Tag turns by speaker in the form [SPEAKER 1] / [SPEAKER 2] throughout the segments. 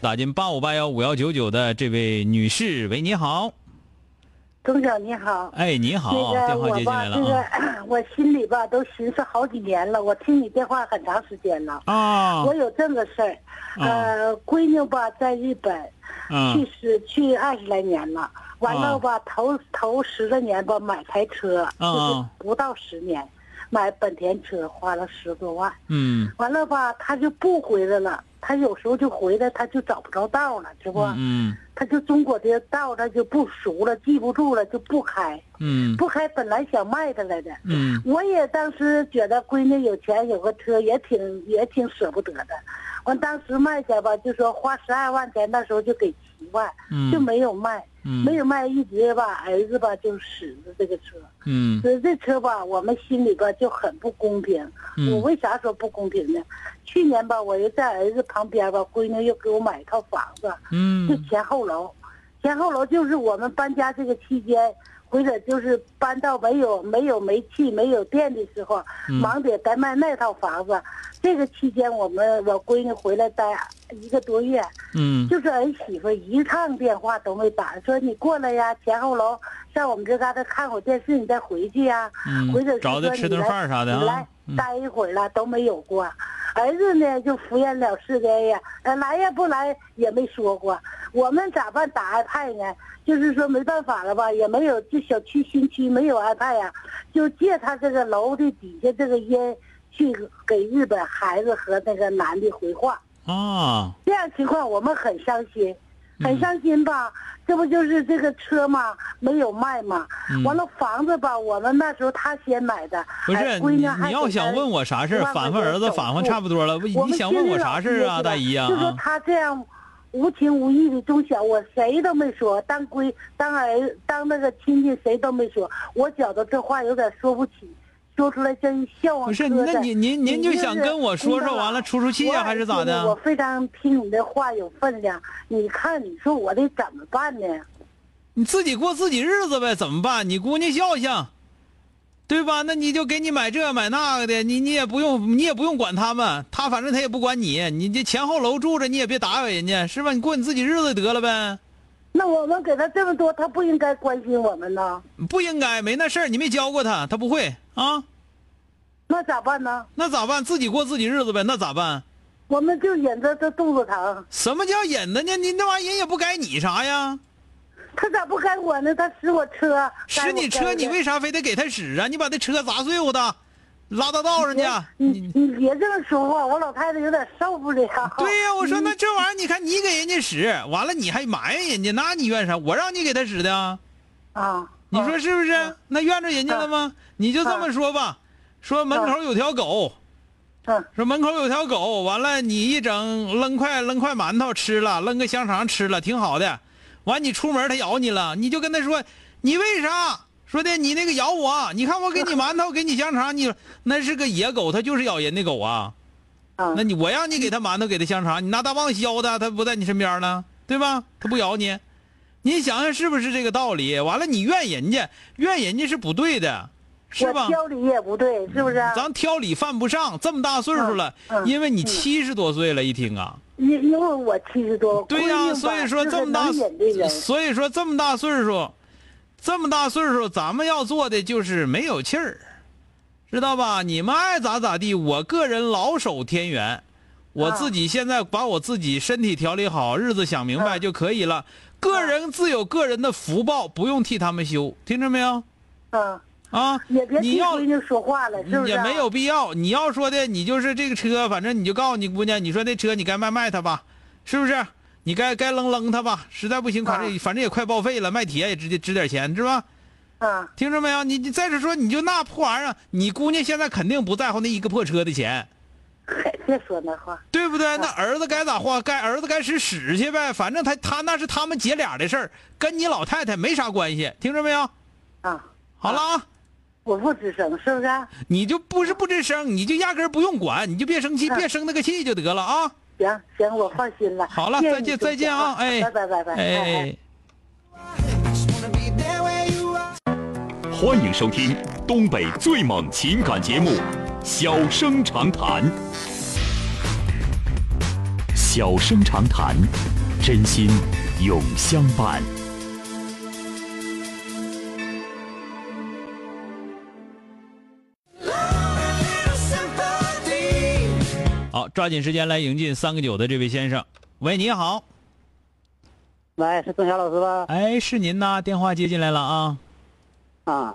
[SPEAKER 1] 打进八五八幺五幺九九的这位女士，喂，你好，
[SPEAKER 2] 钟晓你好，
[SPEAKER 1] 哎，你好，
[SPEAKER 2] 那
[SPEAKER 1] 电
[SPEAKER 2] 个
[SPEAKER 1] 话接
[SPEAKER 2] 我
[SPEAKER 1] 进
[SPEAKER 2] 吧，
[SPEAKER 1] 来
[SPEAKER 2] 这
[SPEAKER 1] 了
[SPEAKER 2] 个
[SPEAKER 1] 啊
[SPEAKER 2] 我心里吧都寻思好几年了，我听你电话很长时间了。
[SPEAKER 1] 啊
[SPEAKER 2] 我有这么个事儿，呃，闺女吧在日本，去
[SPEAKER 1] 嗯
[SPEAKER 2] 十去二十来年了，完
[SPEAKER 1] 啊
[SPEAKER 2] 了吧头头十来年吧买台车，就是
[SPEAKER 1] 啊
[SPEAKER 2] 不到十年，买本田车花了十多万，
[SPEAKER 1] 嗯
[SPEAKER 2] 完了吧她就不回来了，她有时候就回来她就找不着道了，知不？
[SPEAKER 1] 嗯
[SPEAKER 2] 她就中国的道她就不熟了，记不住了就不开。
[SPEAKER 1] 嗯
[SPEAKER 2] 不开本来想卖它来的，
[SPEAKER 1] 嗯
[SPEAKER 2] 我也当时觉得闺女有钱有个车也挺也挺舍不得的，完当时卖去吧，就说花十二万钱，那时候就给七万，就
[SPEAKER 1] 嗯
[SPEAKER 2] 没有卖，
[SPEAKER 1] 嗯
[SPEAKER 2] 没有卖，一直吧儿子吧就使着这个车，
[SPEAKER 1] 嗯
[SPEAKER 2] 使这车吧，我们心里边就很不公平。我
[SPEAKER 1] 嗯
[SPEAKER 2] 为啥说不公平呢？去年吧，我又在儿子旁边吧，闺女又给我买一套房子，就
[SPEAKER 1] 嗯
[SPEAKER 2] 前后楼，前后楼就是我们搬家这个期间，或者就是搬到没有没有煤气、没有电的时候，
[SPEAKER 1] 嗯
[SPEAKER 2] 忙得再卖那套房子。这个期间，我们我闺女回来待一个多月，
[SPEAKER 1] 嗯。
[SPEAKER 2] 就是儿媳妇一趟电话都没打，说你过来呀，前后楼上我们这嘎达看会儿电视，你再回去呀。
[SPEAKER 1] 嗯
[SPEAKER 2] 回头，
[SPEAKER 1] 找他吃顿饭啥的
[SPEAKER 2] 你来
[SPEAKER 1] 啊。嗯
[SPEAKER 2] 待一会儿了都没有过。儿子呢就敷衍了事的呀，呃来呀不来也没说过。我们咋办打 iPad 呢？就是说没办法了吧，也没有这小区新区没有 iPad 呀、就借他这个楼的底下这个烟去给日本孩子和那个男的回话。
[SPEAKER 1] 啊，
[SPEAKER 2] 这样情况我们很伤心，很
[SPEAKER 1] 嗯
[SPEAKER 2] 伤心吧？这不就是这个车嘛，没有卖嘛。
[SPEAKER 1] 嗯
[SPEAKER 2] 完了房子吧，我们那时候他先买的，
[SPEAKER 1] 不
[SPEAKER 2] 哎
[SPEAKER 1] 是
[SPEAKER 2] 闺
[SPEAKER 1] 你，
[SPEAKER 2] 女还
[SPEAKER 1] 你要
[SPEAKER 2] 给
[SPEAKER 1] 想
[SPEAKER 2] 他
[SPEAKER 1] 问我啥事
[SPEAKER 2] 十
[SPEAKER 1] 儿，
[SPEAKER 2] 万块
[SPEAKER 1] 反问
[SPEAKER 2] 钱
[SPEAKER 1] 儿子
[SPEAKER 2] 首
[SPEAKER 1] 反问
[SPEAKER 2] 付
[SPEAKER 1] 差不多了。不
[SPEAKER 2] 我
[SPEAKER 1] 哎你
[SPEAKER 2] 们
[SPEAKER 1] 想
[SPEAKER 2] 心
[SPEAKER 1] 问
[SPEAKER 2] 里
[SPEAKER 1] 我
[SPEAKER 2] 老
[SPEAKER 1] 啥事
[SPEAKER 2] 憋
[SPEAKER 1] 儿
[SPEAKER 2] 屈
[SPEAKER 1] 啊，
[SPEAKER 2] 了
[SPEAKER 1] 大姨呀、
[SPEAKER 2] 就说
[SPEAKER 1] 啊？
[SPEAKER 2] 他这样无情无义的中小，我谁都没说，当闺当儿当那个亲戚谁都没说，我觉得这话有点说不起，说出来真笑啊话。
[SPEAKER 1] 不是，那您您您就想跟我说说，完了出出气呀、
[SPEAKER 2] 我
[SPEAKER 1] 还是咋
[SPEAKER 2] 儿子我
[SPEAKER 1] 的？啊
[SPEAKER 2] 非常听你的话有分量，你看你说我得怎么办呢？
[SPEAKER 1] 你自己过自己日子呗，怎么办？你姑娘孝敬，对吧？那你就给你买这买那个的，你你也不用你也不用管他们，他反正他也不管你，你这前后楼住着，你也别打扰人家，是吧？你过你自己日子得了呗。
[SPEAKER 2] 那我们给他这么多，他不应该关心我们呢？
[SPEAKER 1] 不应该，没那事儿，你没教过他，他不会啊。
[SPEAKER 2] 那咋办呢？
[SPEAKER 1] 那咋办？自己过自己日子呗，那咋办？
[SPEAKER 2] 我们就忍着这肚子疼，
[SPEAKER 1] 什么叫忍的呢？你那玩意儿人也不该你啥呀？
[SPEAKER 2] 他咋不该我呢？他使我车，该
[SPEAKER 1] 使
[SPEAKER 2] 我
[SPEAKER 1] 你
[SPEAKER 2] 该
[SPEAKER 1] 车，
[SPEAKER 2] 我
[SPEAKER 1] 你为啥非得给他使啊？你把他车砸碎乎的，拉到道上去。啊
[SPEAKER 2] 你你别这么说话，我老太太有点受不了。
[SPEAKER 1] 对呀、我说
[SPEAKER 2] 你
[SPEAKER 1] 那这玩意儿，你看你给人家使，完了你还埋怨人家，那你怨啥？我让你给他使的啊，
[SPEAKER 2] 啊，
[SPEAKER 1] 你说是不
[SPEAKER 2] 嗯
[SPEAKER 1] 是？那怨着人家了吗？你就这么说吧，说门口有条狗，
[SPEAKER 2] 嗯
[SPEAKER 1] 说门口有条狗，完了你一整扔块扔块馒头吃了，扔个香肠吃了，挺好的。完你出门它咬你了，你就跟它说，你为啥说的你那个咬我？你看我给你馒头，给你香肠，你那是个野狗，它就是咬人的狗啊。
[SPEAKER 2] 啊
[SPEAKER 1] 那你我让你给它馒头，给它香肠，你拿大棒削它，它不在你身边了，对吧？它不咬你，你想想是不是这个道理？完了你怨人家，怨人家是不对的，是吧
[SPEAKER 2] 我？教你也不对，是不啊是？
[SPEAKER 1] 咱挑理犯不上，这么大岁数了，
[SPEAKER 2] 嗯嗯
[SPEAKER 1] 因为你七十多岁了，一听啊，
[SPEAKER 2] 因因为我七十多，
[SPEAKER 1] 对呀、
[SPEAKER 2] 闺女吧
[SPEAKER 1] 所以说
[SPEAKER 2] 就是
[SPEAKER 1] 这么大
[SPEAKER 2] 能忍的人，，
[SPEAKER 1] 所以说这么大岁数，这么大岁数，咱们要做的就是没有气儿，知道吧？你们爱咋咋地，我个人老守天元，我
[SPEAKER 2] 嗯
[SPEAKER 1] 自己现在把我自己身体调理好，日子想明
[SPEAKER 2] 嗯
[SPEAKER 1] 白就可以了。个人自有个人的福报，不用替他们修，听着没有？
[SPEAKER 2] 嗯，
[SPEAKER 1] 啊，
[SPEAKER 2] 也别
[SPEAKER 1] 你
[SPEAKER 2] 替
[SPEAKER 1] 要
[SPEAKER 2] 闺女说话了，是不啊是？
[SPEAKER 1] 也没有必要。你要说的，你就是这个车，反正你就告诉你姑娘，你说这车你该卖卖它吧，是不是？你该该扔扔它吧，实在不行，反正、
[SPEAKER 2] 啊
[SPEAKER 1] 反正也快报废了，卖铁也值值点钱，是吧？
[SPEAKER 2] 嗯，
[SPEAKER 1] 听着没有？你你再者说，你就那破玩意儿，你姑娘现在肯定不在乎那一个破车的钱，
[SPEAKER 2] 嗨，别说那话。
[SPEAKER 1] 对不对？那儿子该咋花，该儿子该使使去呗，反正他他那是他们姐俩的事儿，跟你老太太没啥关系，听着没有？
[SPEAKER 2] 啊，
[SPEAKER 1] 好了啊，
[SPEAKER 2] 我不吱声，是不啊是？
[SPEAKER 1] 你就不是不吱声，你就压根儿不用管，你就别生气，
[SPEAKER 2] 嗯
[SPEAKER 1] 别生那个气就得了啊。
[SPEAKER 2] 行行，我放心了。
[SPEAKER 1] 好了，
[SPEAKER 2] 谢谢
[SPEAKER 1] 再
[SPEAKER 2] 你
[SPEAKER 1] 见，
[SPEAKER 2] 周
[SPEAKER 1] 再见
[SPEAKER 2] 姐
[SPEAKER 1] 啊！哎，
[SPEAKER 2] 拜拜拜拜，
[SPEAKER 1] 哎哎。
[SPEAKER 2] 嗯
[SPEAKER 1] 哎
[SPEAKER 3] 欢迎收听东北最猛情感节目《小生长谈》。小生长谈，真心永相伴。
[SPEAKER 1] 好，抓紧时间来迎进三个九的这位先生。喂，你好，
[SPEAKER 2] 喂，是邓霞老师吧？
[SPEAKER 1] 哎，是您呐，电话接进来了啊。
[SPEAKER 2] 啊，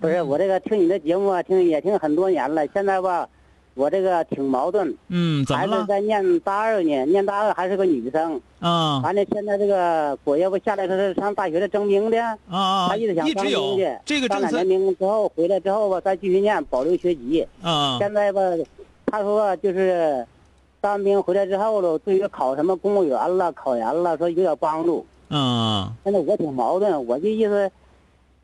[SPEAKER 2] 不
[SPEAKER 1] 嗯
[SPEAKER 2] 是，我这个听你的节目啊，听也听很多年了，现在吧，我这个挺矛盾，
[SPEAKER 1] 嗯，怎么
[SPEAKER 2] 孩子
[SPEAKER 1] 了？
[SPEAKER 2] 在念大二呢，念大二还是个女生，
[SPEAKER 1] 啊
[SPEAKER 2] 完了现在这个国家不下来，他是上大学的征兵的，
[SPEAKER 1] 啊啊！
[SPEAKER 2] 他一直想当
[SPEAKER 1] 直有
[SPEAKER 2] 兵的，
[SPEAKER 1] 这个
[SPEAKER 2] 当
[SPEAKER 1] 政
[SPEAKER 2] 两
[SPEAKER 1] 策
[SPEAKER 2] 年兵之后回来之后吧，再继续念，保留学籍。
[SPEAKER 1] 啊
[SPEAKER 2] 现在吧，他说啊就是当完兵回来之后了，对于考什么公务员了、考研了，说有点帮助。
[SPEAKER 1] 啊
[SPEAKER 2] 现在我挺矛盾，我就意思，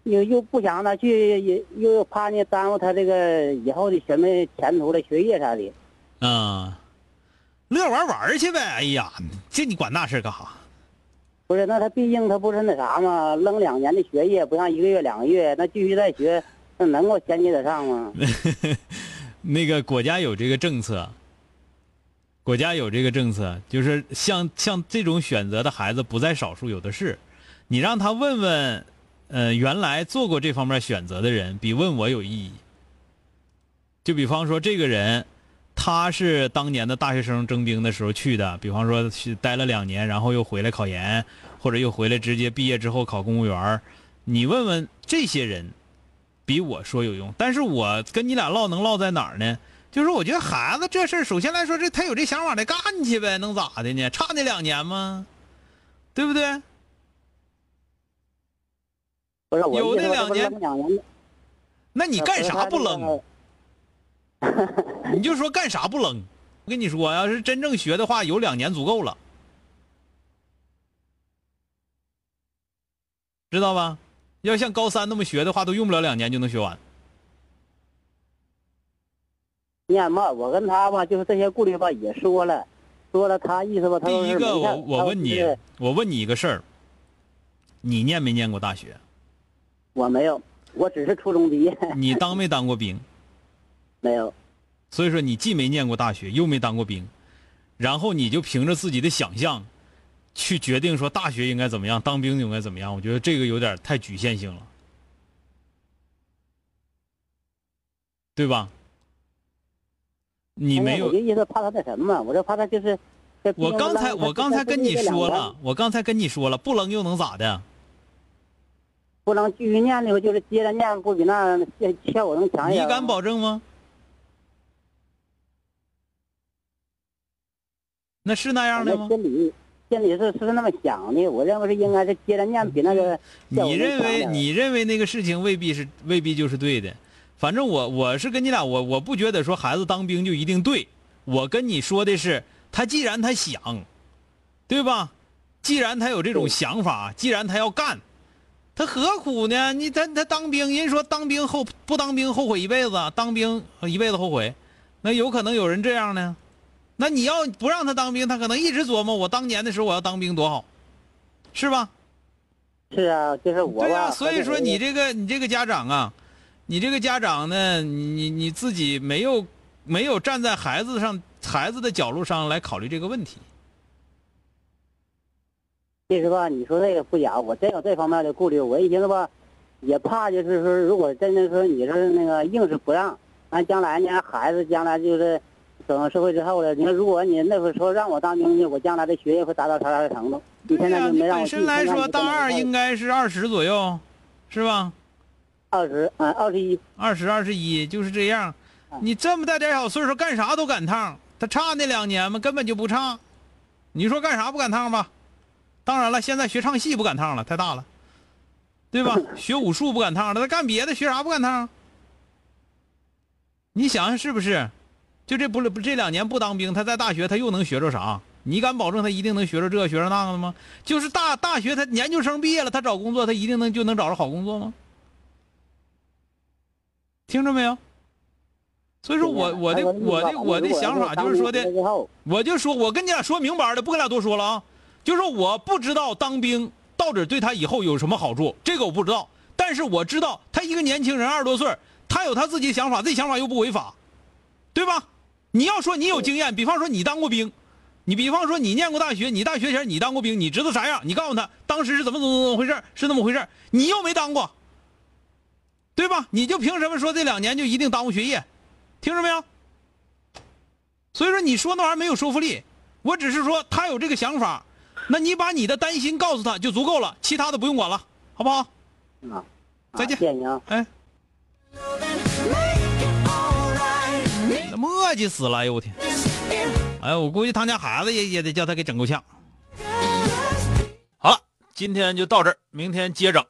[SPEAKER 2] 又又不想让他去，也又又怕呢耽误他这个以后的什么前途了、学业啥的。
[SPEAKER 1] 啊！乐玩玩去呗。哎呀，这你管那事儿干啥？
[SPEAKER 2] 不是，那他毕竟他不是那啥嘛，扔两年的学业，不像一个月、两个月，那继续再学，那能够衔接得上吗？
[SPEAKER 1] 那个国家有这个政策，国家有这个政策，就是像像这种选择的孩子不在少数，有的是。你让他问问，呃，原来做过这方面选择的人，比问我有意义。就比方说，这个人他是当年的大学生征兵的时候去的，比方说去待了两年，然后又回来考研，或者又回来直接毕业之后考公务员儿。你问问这些人，比我说有用。但是我跟你俩唠能唠在哪儿呢？就是我觉得孩子这事儿，首先来说，这他有这想法得干去呗，能咋的呢？差那两年吗？对不对？
[SPEAKER 2] 不是，我
[SPEAKER 1] 有
[SPEAKER 2] 意思
[SPEAKER 1] 那
[SPEAKER 2] 我这不
[SPEAKER 1] 两
[SPEAKER 2] 扔两年，
[SPEAKER 1] 那你
[SPEAKER 2] 你
[SPEAKER 1] 干啥不扔？？你就说干啥不扔？我跟你说，要是真正学的话，有两年足够了，知道吧？要像高三那么学的话，都用不了两年就能学完。
[SPEAKER 2] 你看嘛，我跟他吧，就是这些顾虑吧，也说了，说了他意思吧，他说
[SPEAKER 1] 第一
[SPEAKER 2] 是没
[SPEAKER 1] 个，
[SPEAKER 2] 事
[SPEAKER 1] 我
[SPEAKER 2] 儿
[SPEAKER 1] 我问你，我问你一个事儿，你念没念过大学？
[SPEAKER 2] 我没有，我只是初中毕业，
[SPEAKER 1] 你当没当过兵？
[SPEAKER 2] 没有。
[SPEAKER 1] 所以说你既没念过大学，又没当过兵，然后你就凭着自己的想象，去决定说大学应该怎么样，当兵应该怎么样。我觉得这个有点太局限性了，对吧？你
[SPEAKER 2] 哎呀
[SPEAKER 1] 没有
[SPEAKER 2] 我就，意思怕他那什么，我就怕他就是。这毕
[SPEAKER 1] 我
[SPEAKER 2] 竟
[SPEAKER 1] 刚才
[SPEAKER 2] 浪费
[SPEAKER 1] 我刚才跟你说了，，我刚才跟你说了，不扔又能咋的？
[SPEAKER 2] 不能继续念的话，就是接着念，不比那效果能强一
[SPEAKER 1] 你
[SPEAKER 2] 点吗。
[SPEAKER 1] 敢保证吗？那是那样
[SPEAKER 2] 我
[SPEAKER 1] 的吗？
[SPEAKER 2] 心里心里是是那么想的，我认为是应该是接着念比那个效果
[SPEAKER 1] 嗯你
[SPEAKER 2] 能
[SPEAKER 1] 认
[SPEAKER 2] 强
[SPEAKER 1] 为
[SPEAKER 2] 点儿
[SPEAKER 1] 你认为那个事情未必是未必就是对的，反正我我是跟你俩我我不觉得说孩子当兵就一定对，我跟你说的是，他既然他想，对吧？既然他有这种
[SPEAKER 2] 对
[SPEAKER 1] 想法，既然他要干，他何苦呢？你他他当兵，人说当兵后不当兵后悔一辈子，当兵呃一辈子后悔，那有可能有人这样呢？那你要不让他当兵，他可能一直琢磨我当年的时候我要当兵多好，是吧？
[SPEAKER 2] 是啊，就是我吧。
[SPEAKER 1] 对呀、
[SPEAKER 2] 和
[SPEAKER 1] 所以
[SPEAKER 2] 这
[SPEAKER 1] 说
[SPEAKER 2] 个
[SPEAKER 1] 你这个你这个家长啊，你这个家长呢，你你你自己没有没有站在孩子上孩子的角度上来考虑这个问题。
[SPEAKER 2] 其实吧，你说这个不假，我真有这方面的顾虑。我一寻思吧，也怕就是说，如果真的说你是那个硬是不让，那将来呢，孩子将来就是走上社会之后了，你看，如果你那会儿说让我当兵去，我将来的学业会达到啥啥的程度？你
[SPEAKER 1] 对
[SPEAKER 2] 现
[SPEAKER 1] 呀、
[SPEAKER 2] 在就
[SPEAKER 1] 你
[SPEAKER 2] 没让我
[SPEAKER 1] 本
[SPEAKER 2] 去
[SPEAKER 1] 身来说，大二应
[SPEAKER 2] 应
[SPEAKER 1] 该是二十左右，是吧？
[SPEAKER 2] 二十，嗯，二十一，
[SPEAKER 1] 二十二十一就是这样。
[SPEAKER 2] 啊
[SPEAKER 1] 你这么大点小岁数，干啥都赶趟。他差那两年嘛，根本就不差。你说干啥不赶趟吧？当然了，现在学唱戏不赶趟了，太大了，对 吧？学武术不赶趟了，他干别的学啥不赶趟？啊你想想是不是？就这不是这两年不当兵，他在大学他又能学着啥？你敢保证他一定能学着这学着那个的吗？就是大大学他研究生毕业了，他找工作他一定能就能找着好工作吗？听着没有？所以说我哎我
[SPEAKER 2] 啊
[SPEAKER 1] 的我的我的想法就是说的，
[SPEAKER 2] 之后
[SPEAKER 1] 我就说，我跟你俩说明白了，不跟俩多说了啊。就是说我不知道当兵到底对他以后有什么好处，这个我不知道。但是我知道他一个年轻人二十多岁儿，他有他自己的想法，这想法又不违法，对吧？你要说你有经验，比方说你当过兵，你比方说你念过大学，你大学前你当过兵，你知道啥样？你告诉他当时是怎么怎么怎么回事儿，是那么回事儿，你又没当过，对吧？你就凭什么说这两年就一定耽误学业？听着没有？所以说你说那玩意儿没有说服力，我只是说他有这个想法，那你把你的担心告诉他就足够了，其他的不用管了，好不好？
[SPEAKER 2] 啊，啊
[SPEAKER 1] 再见
[SPEAKER 2] 谢谢您啊。
[SPEAKER 1] 哎，那磨叽死了，哎呦我天！哎呦，我估计他家孩子也也得叫他给整够呛。好了，今天就到这儿，明天接整。